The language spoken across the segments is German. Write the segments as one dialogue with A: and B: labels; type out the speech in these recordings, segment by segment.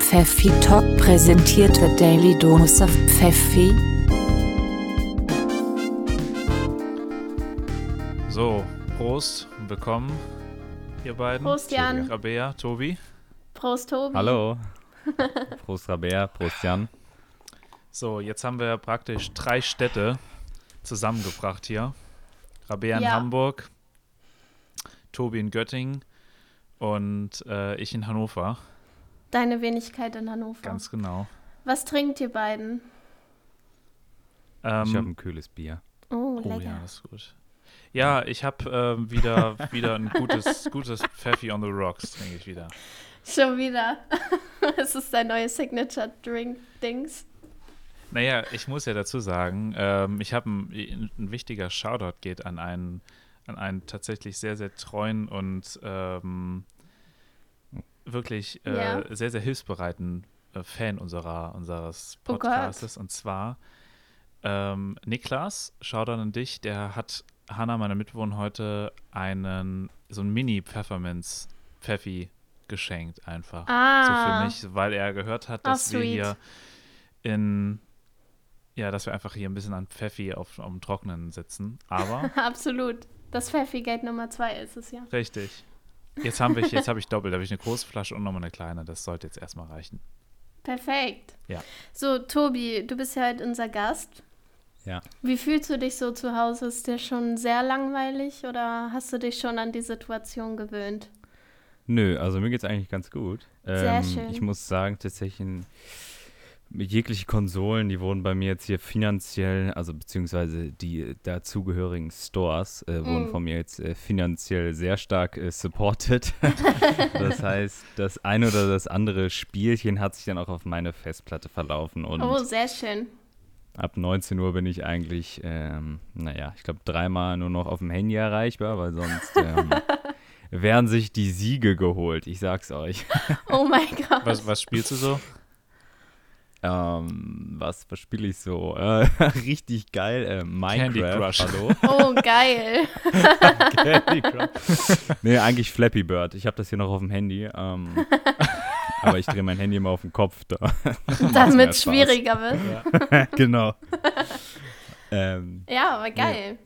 A: Pfeffi Talk präsentiert wird Daily Dose of Pfeffi.
B: So, Prost und willkommen, ihr beiden.
C: Prost, Jan.
B: Rabea, Tobi.
C: Prost, Tobi.
D: Hallo. Prost Rabea, Prost Jan.
B: So, jetzt haben wir praktisch drei Städte zusammengebracht hier. Rabea in
C: Ja.
B: Hamburg, Tobi in Göttingen und äh, ich in Hannover.
C: Deine Wenigkeit in Hannover.
B: Ganz genau.
C: Was trinkt ihr beiden?
B: Ähm,
D: Ich habe ein kühles Bier.
C: Oh,
B: Oh
C: lecker.
B: ja, das ist gut. Ja, ich habe ähm, wieder, wieder ein gutes, gutes Pfeffi on the Rocks, trinke ich wieder.
C: Schon wieder. es ist dein neues Signature-Drink-Dings.
B: Naja, ich muss ja dazu sagen, ähm, ich habe ein, ein wichtiger Shoutout geht an einen, an einen tatsächlich sehr, sehr treuen und ähm, wirklich äh,
C: Ja.
B: sehr, sehr hilfsbereiten äh, Fan unserer, unseres
C: Oh Gott.
B: Podcastes. und zwar ähm, Niklas, Shoutout an dich, der hat Hanna, meine Mitbewohnerin, heute einen, so ein Mini-Pfefferminz-Pfeffi geschenkt einfach so für
C: Ah.
B: mich, weil er gehört hat,
C: Ah,
B: dass wir
C: sweet.
B: hier in ja, dass wir einfach hier ein bisschen an Pfeffi auf, auf dem Trocknen sitzen. Aber
C: Absolut. Das Pfeffi-Gate Nummer zwei ist es ja.
B: richtig. Jetzt habe ich, jetzt habe ich doppelt, da habe ich eine große Flasche und nochmal eine kleine. Das sollte jetzt erstmal reichen.
C: Perfekt.
B: Ja.
C: So, Tobi, du bist ja heute unser Gast.
D: Ja.
C: Wie fühlst du dich so zu Hause? Ist dir schon sehr langweilig oder hast du dich schon an die Situation gewöhnt?
D: Nö, also mir geht's eigentlich ganz gut.
C: Sehr
D: Ähm,
C: schön.
D: Ich muss sagen, tatsächlich jegliche Konsolen, die wurden bei mir jetzt hier finanziell, also beziehungsweise die äh, dazugehörigen Stores, äh, wurden
C: Mm.
D: von mir jetzt äh, finanziell sehr stark äh, supported. das heißt, das eine oder das andere Spielchen hat sich dann auch auf meine Festplatte verlaufen und
C: Oh, sehr schön.
D: Ab 19 Uhr bin ich eigentlich, ähm, naja, ich glaube dreimal nur noch auf dem Handy erreichbar, weil sonst ähm, werden sich die Siege geholt, ich sag's euch.
C: Oh mein Gott.
B: Was, was spielst du so?
D: Ähm, was verspiele ich so? Äh, richtig geil, äh, Minecraft.
B: Candy Crush.
D: Hallo?
C: Oh, geil.
D: Candy Crush. nee, eigentlich Flappy Bird. Ich habe das hier noch auf dem Handy. Ähm, aber ich drehe mein Handy immer auf den Kopf. Da.
C: Damit
D: Spaß.
C: es schwieriger wird.
D: genau. ähm,
C: Ja, aber geil.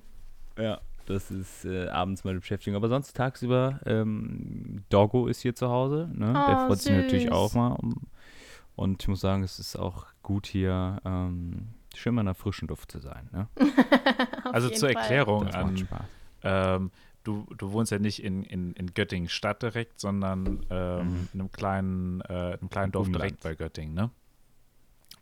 D: Ja, das ist äh, abends meine Beschäftigung. Aber sonst tagsüber, ähm, Doggo ist hier zu Hause. Ne? Der
C: Oh,
D: freut sich natürlich
C: süß.
D: auch mal. Um, und ich muss sagen, es ist auch gut hier, ähm, schön mal in der frischen Luft zu sein. Ne?
B: also
C: jeden
B: zur
C: Fall.
B: Erklärung
D: Das macht
B: an,
D: Spaß.
B: ähm, du, du wohnst ja nicht in, in, in Göttingen Stadt direkt, sondern ähm,
D: Mhm.
B: in einem kleinen, äh, einem kleinen Dorf
D: Umland.
B: direkt bei Göttingen, ne?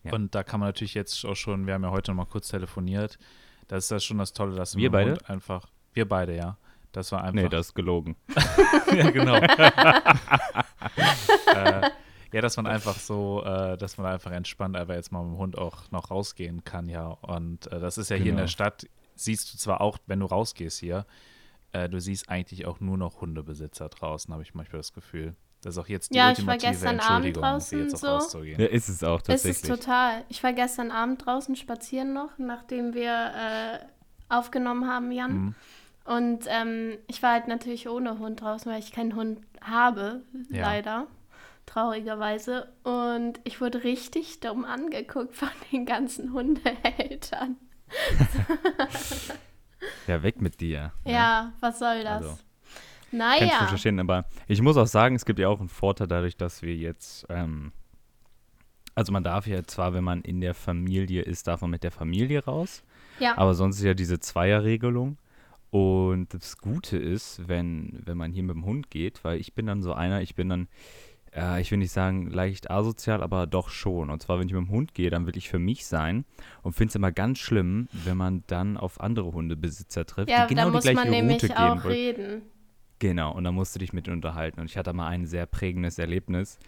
D: Ja.
B: Und da kann man natürlich jetzt auch schon, wir haben ja heute noch mal kurz telefoniert, das ist das schon das Tolle, dass du
D: Wir
B: mit dem
D: beide?
B: Hund einfach, wir beide, ja. Das war einfach.
D: Nee, das ist gelogen.
B: ja, genau. äh, ja, dass man einfach so, äh, dass man einfach entspannt einfach jetzt mal mit dem Hund auch noch rausgehen kann, ja. Und äh, das ist ja hier in der
D: Genau.
B: Stadt, siehst du zwar auch, wenn du rausgehst hier, äh, du siehst eigentlich auch nur noch Hundebesitzer draußen, habe ich manchmal das Gefühl. Das ist auch jetzt die
C: Ja, ich war
B: ultimative
C: gestern Abend
B: Entschuldigung,
C: draußen
B: hier jetzt auch
C: so.
B: rauszugehen.
D: Ja, ist es auch
C: Es
D: tatsächlich.
C: ist total. Ich war gestern Abend draußen spazieren noch, nachdem wir äh, aufgenommen haben, Jan.
B: Mhm.
C: Und ähm, ich war halt natürlich ohne Hund draußen, weil ich keinen Hund habe,
B: Ja.
C: leider. Traurigerweise. Und ich wurde richtig dumm angeguckt von den ganzen Hundeeltern.
D: ja, weg mit dir.
C: Ja, was soll das?
D: Also, Kann ich schon
C: naja.
D: verstehen, aber ich muss auch sagen, es gibt ja auch einen Vorteil dadurch, dass wir jetzt, ähm, also man darf ja zwar, wenn man in der Familie ist, darf man mit der Familie raus,
C: Ja,
D: aber sonst ist ja diese Zweierregelung. Und das Gute ist, wenn, wenn man hier mit dem Hund geht, weil ich bin dann so einer, ich bin dann, äh, ich will nicht sagen leicht asozial, aber doch schon. Und zwar, wenn ich mit dem Hund gehe, dann will ich für mich sein und finde es immer ganz schlimm, wenn man dann auf andere Hundebesitzer trifft,
C: ja
D: die
C: da
D: genau die
C: muss
D: gleiche
C: man nämlich
D: Route gehen
C: auch
D: wollen.
C: reden.
D: Genau, und da musst du dich mit unterhalten. Und ich hatte mal ein sehr prägendes Erlebnis,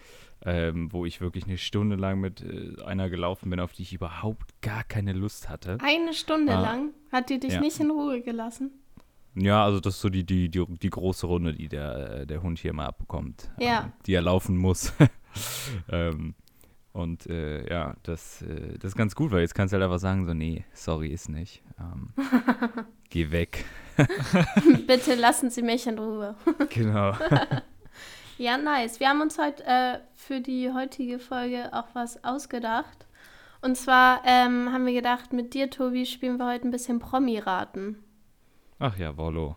D: ähm, wo ich wirklich eine Stunde lang mit äh, einer gelaufen bin, auf die ich überhaupt gar keine Lust hatte.
C: Eine Stunde
D: Ah.
C: lang hat die dich
D: Ja.
C: nicht in Ruhe gelassen.
D: Ja, also das ist so die, die, die, die große Runde, die der, äh, der Hund hier mal abbekommt,
C: Ja.
D: ähm, die er laufen muss. ähm, und äh, ja, das, äh, das ist ganz gut, weil jetzt kannst du halt einfach sagen, so, nee, sorry, ist nicht. Ähm, geh weg.
C: Bitte lassen Sie mich in Ruhe.
D: genau.
C: Ja, nice. Wir haben uns heute äh, für die heutige Folge auch was ausgedacht. Und zwar ähm, haben wir gedacht, mit dir, Tobi, spielen wir heute ein bisschen Promi-Raten.
D: Ach ja, Wollo.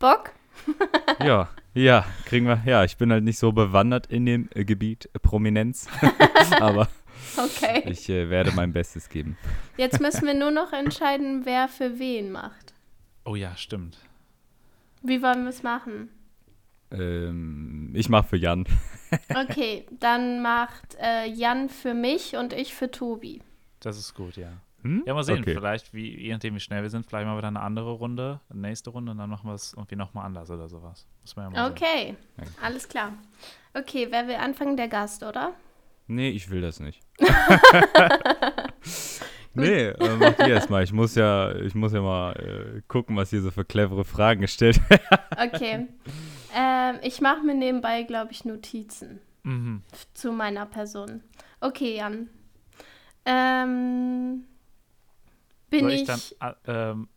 C: Bock?
D: Ja, ja, kriegen wir. Ja, ich bin halt nicht so bewandert in dem äh, Gebiet äh, Prominenz, aber
C: Okay.
D: ich äh, werde mein Bestes geben.
C: Jetzt müssen wir nur noch entscheiden, wer für wen macht.
B: Oh ja, stimmt.
C: Wie wollen wir es machen?
D: Ähm, ich mache für Jan.
C: Okay, dann macht äh, Jan für mich und ich für Tobi.
B: Das ist gut, ja.
D: Hm?
B: Ja, mal sehen.
D: Okay.
B: Vielleicht, wie, je nachdem, wie schnell wir sind, vielleicht machen wir dann eine andere Runde, eine nächste Runde und dann machen wir es irgendwie nochmal anders oder sowas. Muss man ja mal sehen.
C: Okay, alles klar. Okay, wer will anfangen? Der Gast, oder?
D: Nee, ich will das nicht. nee, äh, mach die erstmal. Ich muss ja, ich muss ja mal äh, gucken, was hier so für clevere Fragen gestellt werden.
C: Okay. ähm, ich mache mir nebenbei, glaube ich, Notizen
B: Mhm.
C: f- zu meiner Person. Okay, Jan. Ähm, bin
B: Soll
C: ich.
B: ich dann. ah, ähm,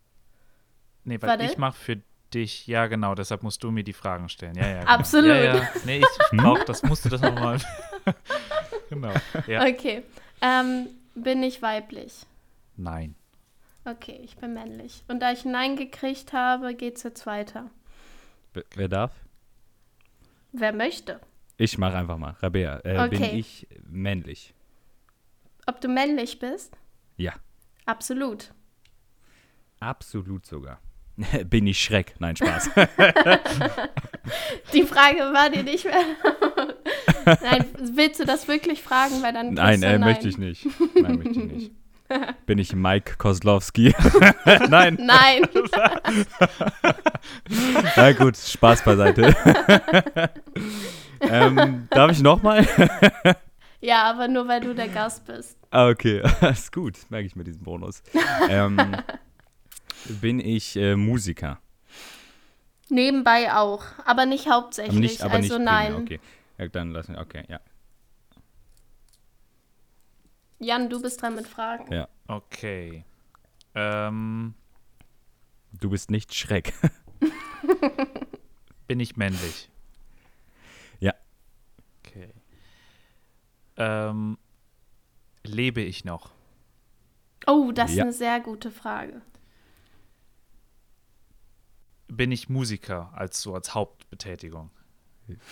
B: nee, weil
C: Warte.
B: ich mache für dich. Ja, genau. Deshalb musst du mir die Fragen stellen. Ja, ja. Genau.
C: Absolut.
B: Ja, ja. Nee, ich, ich brauch das. Musste das nochmal. genau. Ja.
C: Okay. Ähm, bin ich weiblich?
B: Nein.
C: Okay, ich bin männlich. Und da ich ein Nein gekriegt habe, geht's jetzt weiter.
D: Wer- Wer darf?
C: Wer möchte?
D: Ich mache einfach mal. Rabea, äh,
C: Okay.
D: bin ich männlich?
C: Ob du männlich bist?
D: Ja,
C: Absolut.
D: absolut sogar. bin ich Schreck? Nein, Spaß.
C: Die Frage war dir nicht mehr. Nein, willst du das wirklich fragen? Weil dann
D: Nein,
C: kriegst du
D: äh,
C: ein
D: möchte ich nicht. Nein, möchte ich nicht. Bin ich Mike Koslowski? Nein,
C: Nein.
D: na gut, Spaß beiseite. ähm, darf ich nochmal?
C: Ja, aber nur weil du der Gast bist.
D: Ah, okay, ist gut, merke ich mir diesen Bonus. Ähm, bin ich äh, Musiker?
C: Nebenbei auch, aber nicht hauptsächlich.
D: Aber nicht, aber
C: also
D: nicht
C: nein.
D: primär, Okay, ja, dann lassen wir, okay, ja.
C: Jan, du bist dran mit Fragen.
B: Okay. Ähm,
D: Du bist nicht Schreck.
B: bin ich männlich?
D: Ja.
B: Okay. Ähm, lebe ich noch?
C: Oh, das ist
D: Ja.
C: eine sehr gute Frage.
B: Bin ich Musiker als so als Hauptbetätigung?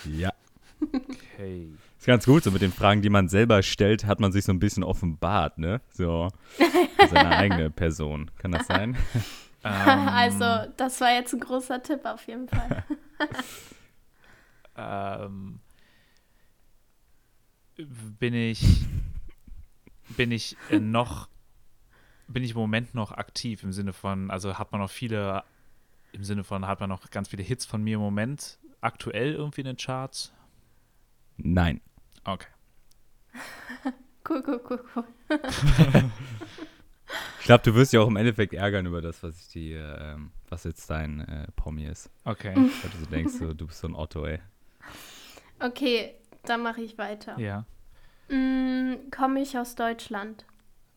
D: Ja.
C: Hm.
B: Okay.
D: Ist ganz gut, so mit den Fragen, die man selber stellt, hat man sich so ein bisschen offenbart, ne? So, seine eigene Person. Kann das sein? Ähm.
C: also, das war jetzt ein großer Tipp auf jeden Fall.
B: Ähm, bin ich bin ich äh, noch bin ich im Moment noch aktiv im Sinne von also hat man noch viele im Sinne von hat man noch ganz viele Hits von mir im Moment aktuell irgendwie in den Charts?
D: Nein.
B: Okay.
C: Cool, cool, cool, cool.
D: Ich glaube, du wirst dich auch im Endeffekt ärgern über das, was ich dir, ähm, was jetzt dein äh, Promi ist.
B: Okay.
D: Weil du so denkst, so, du bist so ein Otto, ey.
C: Okay, dann mache ich weiter.
B: ja.
C: Mm, komme ich aus Deutschland?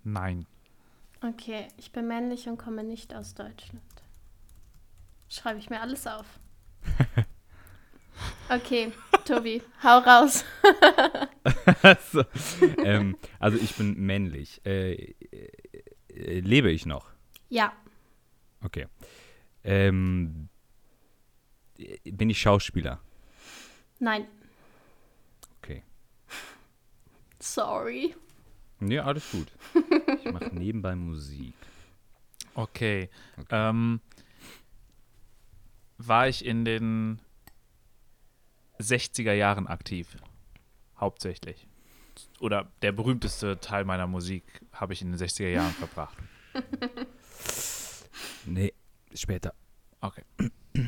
B: Nein.
C: Okay, ich bin männlich und komme nicht aus Deutschland. Schreibe ich mir alles auf. Okay, Tobi, hau raus.
D: Also, ähm, also ich bin männlich. Äh, äh, äh, lebe ich noch?
C: Ja,
D: Okay. Ähm, äh, bin ich Schauspieler?
C: nein,
D: Okay.
C: sorry.
D: Nee, alles gut. Ich mache nebenbei Musik.
B: Okay. Ähm, war ich in den 60er Jahren aktiv? Hauptsächlich. Oder der berühmteste Teil meiner Musik habe ich in den 60er Jahren verbracht.
D: Nee, später.
B: Okay,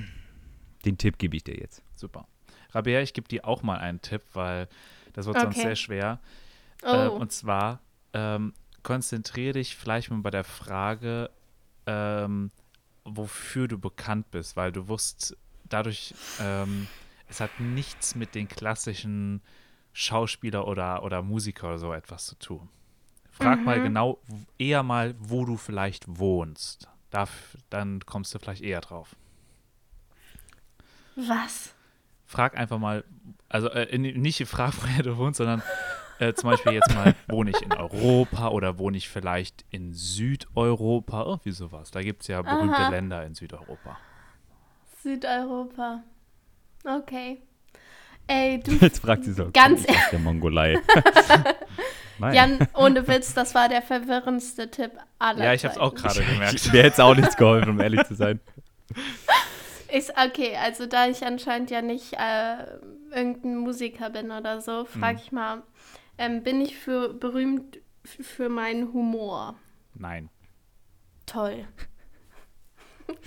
D: Den Tipp gebe ich dir jetzt.
B: super. Rabea, ich gebe dir auch mal einen Tipp, weil das wird sonst
C: Okay.
B: sehr schwer. Äh,
C: Oh,
B: und zwar ähm, konzentriere dich vielleicht mal bei der Frage, ähm, wofür du bekannt bist, weil du wusst, dadurch, ähm, es hat nichts mit den klassischen Schauspieler oder, oder Musiker oder so etwas zu tun. Frag mal genau, w- eher mal, wo du vielleicht wohnst. Darf, dann kommst du vielleicht eher drauf.
C: was?
B: frag einfach mal, also äh, in- nicht frag, woher du wohnst, sondern äh, zum Beispiel jetzt mal, wohne ich in Europa oder wohne ich vielleicht in Südeuropa, irgendwie sowas. Da gibt es ja berühmte
C: Aha.
B: Länder in Südeuropa.
C: Südeuropa. Okay. Ey, du,
D: Jetzt fragt sie so.
C: Ganz
D: komm, ich sag der Mongolei. Nein.
C: Jan, ohne Witz, das war der verwirrendste Tipp aller
B: Ja, ich habe es
C: Zeiten.
B: auch gerade gemerkt.
D: Ich, mir hätte es auch nichts geholfen, um ehrlich zu sein.
C: Ist okay, also da ich anscheinend ja nicht äh, irgendein Musiker bin oder so,
B: Mhm.
C: frage ich mal, ähm, bin ich für berühmt f- für meinen Humor?
B: Nein.
C: Toll.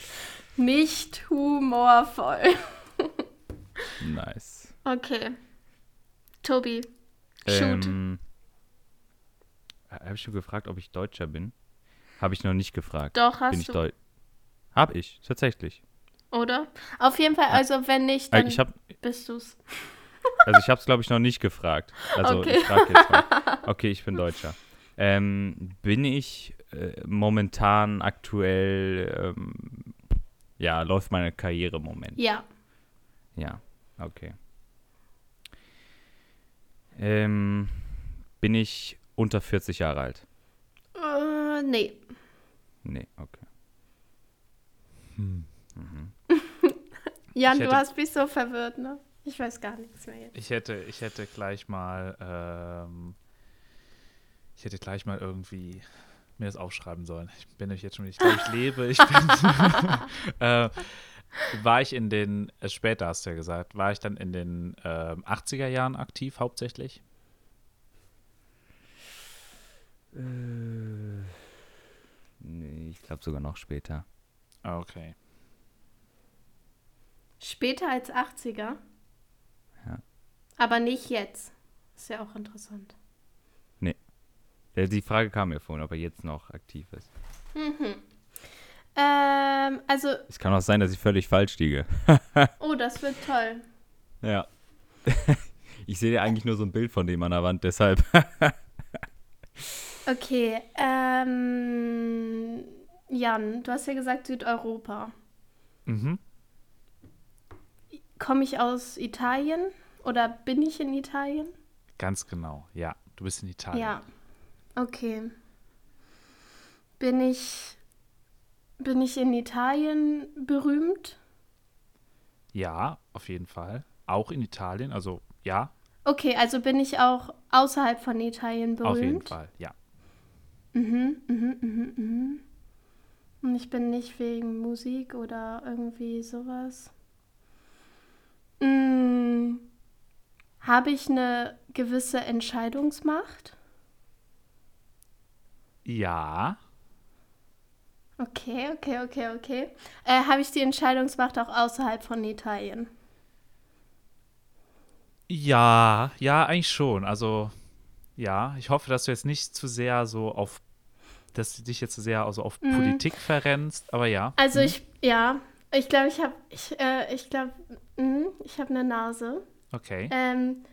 C: nicht humorvoll.
D: Nice.
C: Okay. Tobi, shoot.
D: Ähm, habe ich schon gefragt, ob ich Deutscher bin? Habe ich noch nicht gefragt.
C: Doch,
D: bin
C: hast
D: ich
C: du,
D: Deu Hab ich, tatsächlich.
C: oder? Auf jeden Fall, also wenn nicht,
D: Äh,
C: dann
D: Ich habe
C: bist du's.
D: also ich habe es, glaube ich, noch nicht gefragt. Also
C: Okay.
D: ich frage jetzt mal. Okay, ich bin Deutscher. Ähm, bin ich äh, momentan aktuell, ähm, ja, läuft meine Karriere im Moment.
C: Ja.
D: Ja, okay. Ähm, bin ich unter 40 Jahre alt?
C: Äh, nee.
D: Nee, okay.
C: Jan,
B: Ich
C: du
B: hätte-
C: hast mich so verwirrt, ne? Ich weiß gar nichts mehr jetzt.
B: Ich hätte, ich hätte gleich mal, ähm, ich hätte gleich mal irgendwie mir das aufschreiben sollen. Ich bin nämlich jetzt schon, ich glaube, ich lebe, ich bin, äh, war ich in den, äh, später hast du ja gesagt, war ich dann in den ähm, 80er Jahren aktiv hauptsächlich?
D: Nee, ich glaube sogar noch später.
B: Ah, Okay.
C: Später als 80er.
D: Ja.
C: Aber nicht jetzt. Ist ja auch interessant.
D: Äh, Die Frage kam mir vorhin, ob er jetzt noch aktiv ist.
C: Ähm, also,
D: Es kann auch sein, dass ich völlig falsch liege.
C: oh, das wird toll.
D: Ja. ich sehe ja eigentlich nur so ein Bild von dem an der Wand, deshalb.
C: Okay, ähm, Jan, du hast ja gesagt Südeuropa.
B: Mhm.
C: Komme ich aus Italien oder bin ich in Italien?
B: Ganz genau, ja. Du bist in Italien.
C: Ja. Okay. Bin ich bin ich in Italien berühmt?
B: Ja, auf jeden Fall. Auch in Italien, also ja,
C: Okay, also bin ich auch außerhalb von Italien berühmt?
B: auf jeden Fall, ja.
C: Und ich bin nicht wegen Musik oder irgendwie sowas. Mm, Habe ich eine gewisse Entscheidungsmacht?
B: Ja,
C: Okay, okay, okay, okay. Äh, Habe ich die Entscheidungsmacht auch außerhalb von Italien?
B: Ja, ja, eigentlich schon. Also, ja, ich hoffe, dass du jetzt nicht zu sehr so auf, dass du dich jetzt zu sehr also
C: Mhm.
B: auf Politik verrennst, aber ja.
C: Also ich, ja, ich glaube, ich habe, ich, äh, ich glaube, mm, ich habe eine Nase.
B: Okay.
C: Ähm,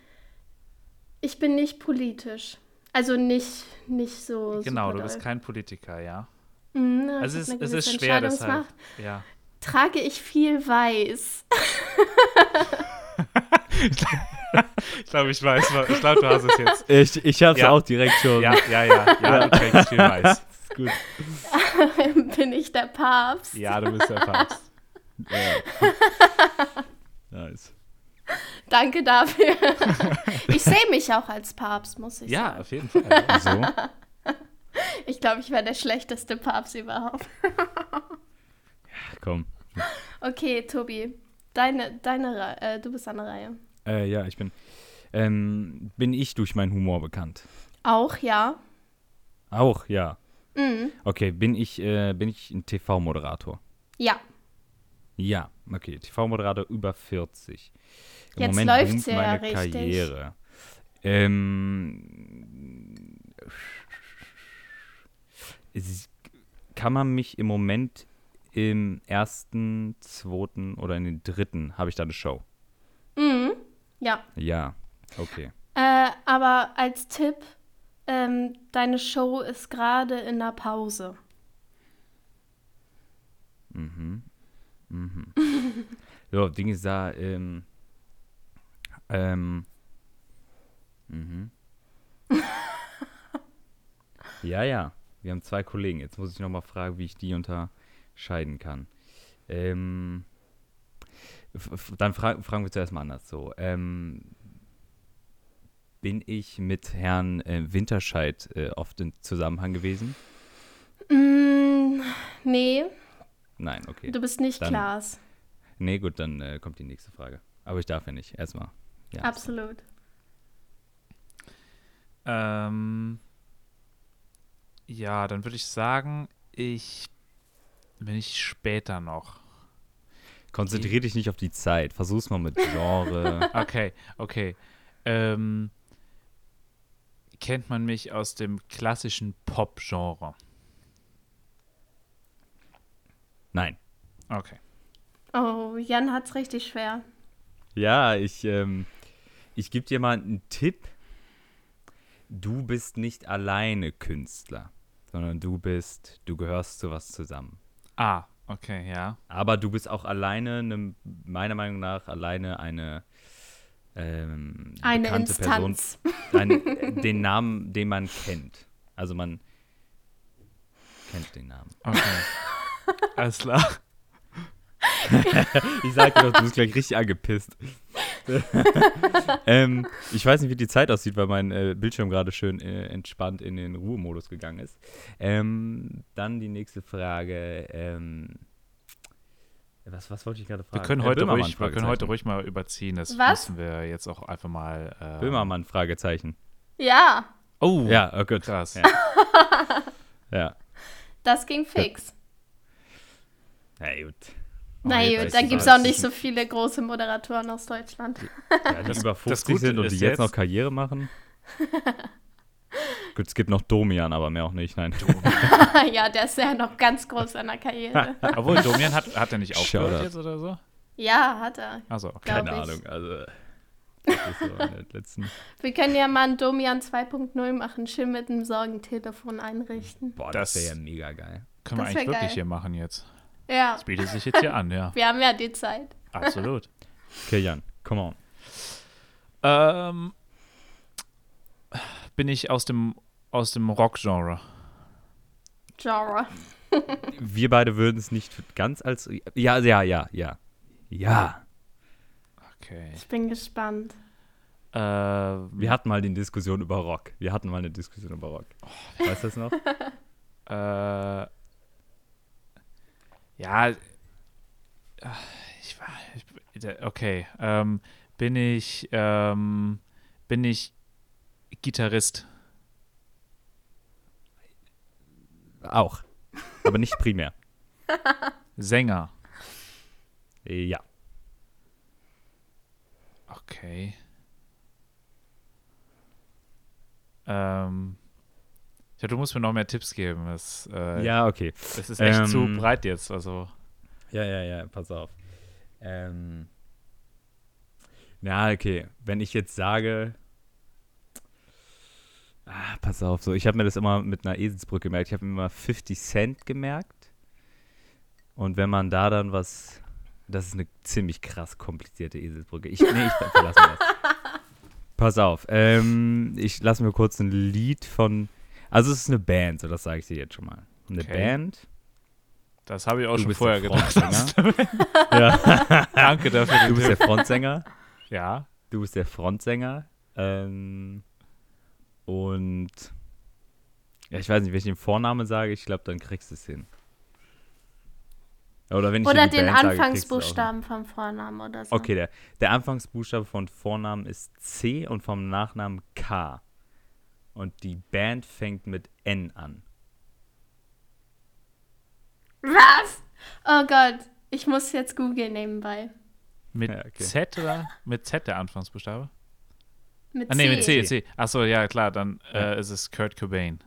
C: ich bin nicht politisch. Also nicht, nicht so.
B: genau, du
C: superdoll.
B: bist kein Politiker, ja.
C: Mm, aber
B: Also
C: ich
B: es
C: hab
B: ist,
C: eine
B: es ist
C: gewisse
B: schwer, deshalb.
C: Entscheidungsmacht.
B: Ja.
C: Trage ich viel weiß?
B: Ich glaube, ich weiß, wa- ich glaube, du hast es jetzt.
D: Ich, ich habe es
B: Ja.
D: auch direkt schon.
B: Ja, ja, ja, ja, du kriegst viel Weiß.
D: Ist gut.
C: Bin ich der Papst?
B: Ja, du bist der Papst.
D: Ja. nice.
C: Danke dafür. ich sehe mich auch als Papst, muss ich
B: Ja,
C: sagen.
B: auf jeden Fall.
D: So?
C: Ich glaube, ich wäre der schlechteste Papst überhaupt.
D: Komm.
C: Okay, Tobi, deine, deine Rei- äh, du bist an der Reihe.
D: Äh, ja, ich bin. Ähm, bin ich durch meinen Humor bekannt?
C: Auch, ja.
D: Auch, ja.
C: Mhm.
D: Okay, bin ich, äh, bin ich ein TV-Moderator?
C: Ja,
D: Ja, okay. TV-Moderator über 40. Im
C: Jetzt
D: Moment
C: läuft's
D: boomt
C: ja
D: meine
C: richtig.
D: Karriere. Ähm, es ist- kann man mich im Moment im ersten, zweiten oder in den dritten, habe ich da eine Show?
C: ja.
D: Ja, okay.
C: Äh, aber als Tipp, ähm, deine Show ist gerade in der Pause.
D: So, Ding ist da, ähm, Ähm. Mhm. ja, ja. Wir haben zwei Kollegen. Jetzt muss ich nochmal fragen, wie ich die unterscheiden kann. Ähm. f- f- Dann fra fragen wir zuerst mal anders so. Ähm, bin ich mit Herrn äh, Winterscheid äh, oft in Zusammenhang gewesen?
C: Mm, nee,
D: Nein, okay.
C: du bist nicht
D: Dann-
C: Klaas.
D: Nee, gut, dann äh, kommt die nächste Frage. Aber ich darf ja nicht. Erstmal. Ja.
C: Absolut.
B: Ähm, ja, dann würde ich sagen, ich bin ich später noch.
D: Konzentrier dich nicht auf die Zeit. Versuch's mal mit Genre.
B: Okay, okay. Ähm, kennt man mich aus dem klassischen Pop-Genre?
D: Nein.
B: Okay.
C: Oh, Jan hat's richtig schwer.
D: Ja, ich, ähm, ich gebe dir mal einen Tipp. Du bist nicht alleine Künstler, sondern du bist, du gehörst zu was zusammen.
B: Ah, okay, ja.
D: Aber du bist auch alleine, ne, meiner Meinung nach, alleine eine ähm,
C: Eine
D: bekannte
C: Instanz.
D: Person, ein, den Namen, den man kennt. Also man kennt den Namen.
B: Okay. Alles klar.
D: Ich sagte doch, du bist gleich richtig angepisst. ähm, ich weiß nicht, wie die Zeit aussieht, weil mein äh, Bildschirm gerade schön äh, entspannt in den Ruhemodus gegangen ist. Ähm, dann die nächste Frage. Ähm, was, was wollte ich gerade
B: Wir
D: fragen?
B: können,
D: Äh,
B: heute,
D: Böhmermann,
B: ruhig, wir können heute
D: Fragezeichen.
B: ruhig mal überziehen. Das
C: Was?
B: müssen wir jetzt auch einfach mal. Äh,
D: Böhmermann, Fragezeichen.
C: Ja,
B: Oh,
D: Ja, oh gut.
B: krass.
D: Ja. ja.
C: das ging fix.
D: Na gut.
C: Na
B: jetzt
C: gut,
B: weiß
C: dann
B: ich
C: gibt es
B: was.
C: auch nicht so viele große Moderatoren aus Deutschland.
D: Ja, die
B: Das-
D: über
B: das
D: 50
B: Gute
D: sind und die
B: ist
D: jetzt,
B: jetzt-
D: noch Karriere machen. gut, es gibt noch Domian, aber mehr auch nicht. Nein.
C: ja, der ist ja noch ganz groß an der Karriere.
B: Obwohl, Domian hat, hat er nicht aufgehört
D: Shoutout.
B: jetzt oder so?
C: ja, hat er.
B: Also, okay.
C: Glaub
D: Keine
C: ich.
D: Ahnung. Also, das ist so in den letzten
C: Wir können ja mal einen Domian 2.0 machen, schön mit einem Sorgentelefon einrichten.
D: Boah,
B: das
D: das,
B: wär ja
D: wäre ja mega geil.
B: Können wir
C: Das wär
B: eigentlich wirklich
C: geil.
B: hier machen jetzt.
C: Ja,
B: Das bietet sich jetzt hier an, ja.
C: wir haben ja die Zeit.
B: Absolut.
D: Okay, Jan, come on.
B: ähm, bin ich aus dem, aus dem Rock-Genre?
C: Genre.
D: Wir beide würden es nicht ganz als. Ja, ja, ja, ja. Ja.
B: Okay.
C: Ich bin gespannt.
B: Ähm,
D: Wir hatten mal die Diskussion über Rock. Wir hatten mal eine Diskussion über Rock. weißt du das noch?
B: Äh, ja, ah, ich war, ich, der- okay, ähm, bin ich, ähm, bin ich Gitarrist?
D: Auch. Aber nicht primär.
B: Sänger?
D: Ja.
B: Okay. Ähm, ja, du musst mir noch mehr Tipps geben. Es, äh,
D: Ja, okay.
B: es ist echt zu
D: ähm,
B: breit jetzt, also.
D: Ja, ja, ja, pass auf. Ähm. Ja, okay. Wenn ich jetzt sage. Ah, pass auf, so. Ich habe mir das immer mit einer Eselsbrücke gemerkt. Ich habe mir immer 50 Cent gemerkt. Und wenn man da dann was. Das ist eine ziemlich krass komplizierte Eselsbrücke. Ich, nee, ich verlasse mir das. Pass auf. Ähm, ich lasse mir kurz ein Lied von. Also, es ist eine Band, so das sage ich dir jetzt schon mal. Eine
B: Okay.
D: Band.
B: Das habe ich auch
D: Du
B: schon
D: bist
B: vorher
D: der ne?
B: gedacht.
D: Frontsänger. ja.
B: Danke dafür.
D: Du
B: den
D: bist der
B: Tipp.
D: Frontsänger.
B: Ja.
D: Du bist der Frontsänger. Ähm, und ja, ich weiß nicht, wenn ich den Vornamen sage, ich glaube, dann kriegst du es hin. Oder wenn ich dir
C: Oder
D: die
C: den
D: Band sage, kriegst du es auch hin.
C: Anfangsbuchstaben vom Vornamen oder so.
D: Okay, der, der Anfangsbuchstabe von Vornamen ist C und vom Nachnamen K. Und die Band fängt mit N an.
C: Was? Oh Gott, ich muss jetzt googeln nebenbei.
B: Mit
D: Ja, okay.
B: Z oder? Mit Z der Anfangsbuchstabe?
C: Mit
B: Ah, nee, mit
C: C.
B: C, C. Achso, ja, klar, dann äh, ist es Kurt Cobain.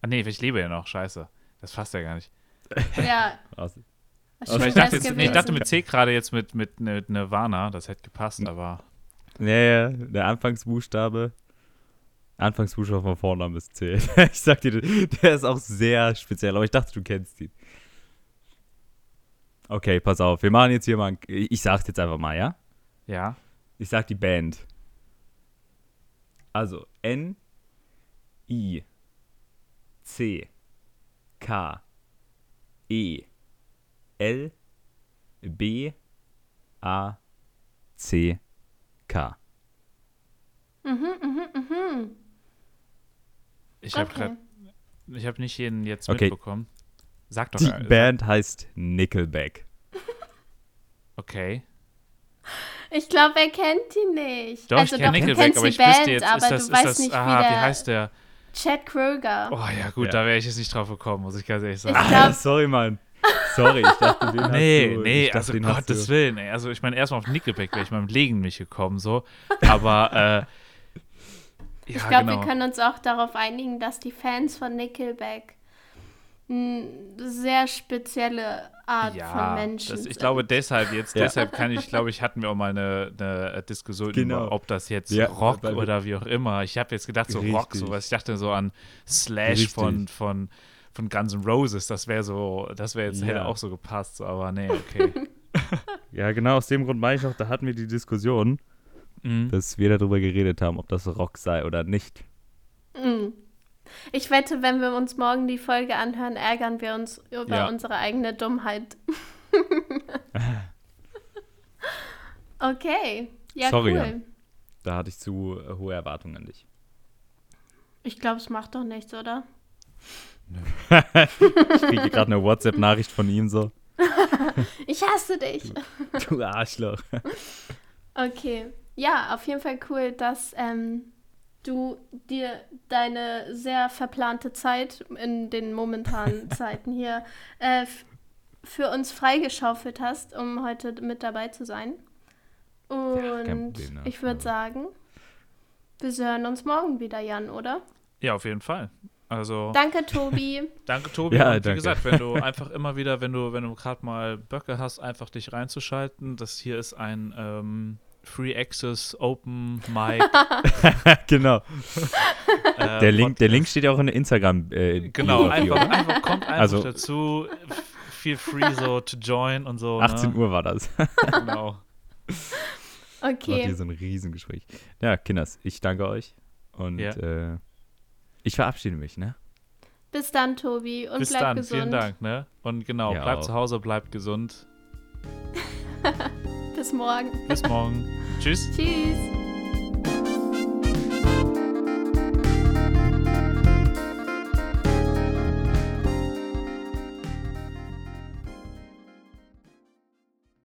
B: Ah, nee, ich lebe ja noch, scheiße. Das passt ja gar nicht.
C: Ja,
D: Aus-
C: schön
B: Weil Also ich,
C: wär's
B: dachte jetzt, nee, ich
C: gewesen.
B: dachte mit C gerade jetzt mit, mit, mit Nirvana, das hätte gepasst, aber
D: Nee, ja, der Anfangsbuchstabe. Anfangsbuchstabe vom Vornamen ist C. ich sag dir, der ist auch sehr speziell, aber ich dachte, du kennst ihn. Okay, pass auf. Wir machen jetzt hier mal. ein- Ich sag's jetzt einfach mal, ja?
B: ja.
D: Ich sag die Band. Also N I C K E L B A C K.
C: Mhm, mhm, mhm.
B: Ich habe
C: Okay.
B: gerade, ich habe nicht jeden jetzt
D: Okay.
B: mitbekommen. Sag doch äh,
D: Die
B: mal.
D: Band heißt Nickelback.
B: Okay.
C: Ich glaube, er kennt die nicht.
B: Doch,
C: also
B: ich kenne
C: doch, du
B: Nickelback,
C: kennst
B: aber
C: die
B: ich wüsste
C: Band,
B: jetzt,
C: aber
B: ist das,
C: du
B: ist
C: weißt
B: das,
C: nicht,
B: aha,
C: wie, der,
B: wie heißt der?
C: Chad Kroger.
B: Oh ja, gut,
D: Ja.
B: da wäre ich jetzt nicht drauf gekommen, muss ich ganz ehrlich sagen.
C: Ich glaub-
D: Ah, sorry, Mann. Sorry, ich dachte, den hast
B: Nee,
D: du.
B: nee,
D: ich dachte,
B: also
D: den hast
B: Gottes
D: du.
B: Willen, ey. Also ich meine, erstmal auf Nickelback wäre ich meinem Legen nicht gekommen, so. Aber, äh, ja,
C: ich glaube,
B: genau.
C: wir können uns auch darauf einigen, dass die Fans von Nickelback eine sehr spezielle Art von
B: ja,
C: Menschen
B: das, ich
C: sind.
B: glaube deshalb jetzt,
D: Ja.
B: deshalb kann ich, glaube ich, hatten wir auch mal eine, eine Diskussion
D: Genau.
B: über, ob das jetzt
D: Ja,
B: Rock
D: weil wir-
B: oder wie auch immer. Ich habe jetzt gedacht, so Rock,
D: Richtig.
B: sowas. Ich dachte so an Slash
D: Richtig.
B: von, von, von Guns N' Roses. Das wäre so, das wäre jetzt, hätte
D: Ja.
B: auch so gepasst, so, aber nee, okay.
D: Ja, genau, aus dem Grund meine ich auch, da hatten wir die Diskussion,
B: Mhm.
D: dass wir darüber geredet haben, ob das Rock sei oder nicht.
C: Mm. Ich wette, wenn wir uns morgen die Folge anhören, ärgern wir uns über
B: Ja.
C: unsere eigene Dummheit. okay. Ja,
D: Sorry,
C: cool.
D: Jan. Da hatte ich zu äh, hohe Erwartungen an dich.
C: Ich glaube, es macht doch nichts, oder?
D: Ich kriege gerade eine WhatsApp-Nachricht von ihm so.
C: Ich hasse dich.
D: Du Arschloch.
C: Okay. Ja, auf jeden Fall cool, dass ähm, du dir deine sehr verplante Zeit in den momentanen Zeiten hier äh, f- für uns freigeschaufelt hast, um heute mit dabei zu sein. Und
D: Problem, ne?
C: ich würde
D: Also-
C: sagen, wir hören uns morgen wieder, Jan, oder?
B: Ja, auf jeden Fall. Also.
C: Danke, Tobi.
B: Danke, Tobi.
D: Ja,
B: und wie
D: danke.
B: gesagt, wenn du einfach immer wieder, wenn du, wenn du gerade mal Böcke hast, einfach dich reinzuschalten. Das hier ist ein ähm, Free Access Open Mic.
D: genau.
B: Äh,
D: Der Link, der
B: Podcast.
D: Link steht ja auch in der Instagram. Äh,
B: Genau,
D: Bio.
B: einfach, einfach kommt einfach
D: Also-
B: dazu. F- Feel free so to join und so.
D: 18
B: ne?
D: Uhr war das.
B: Genau.
D: Macht
C: Okay.
D: hier so ein Riesengespräch. Ja, Kinders, ich danke euch. Und
B: Ja.
D: äh, ich verabschiede mich, ne?
C: Bis dann, Tobi. Und
B: Bis
C: bleib
B: dann,
C: gesund.
B: vielen Dank. Ne? Und genau,
D: Ja,
B: bleibt
D: auch.
B: zu Hause, bleibt gesund.
C: Bis morgen.
B: Bis morgen. Tschüss.
C: Tschüss.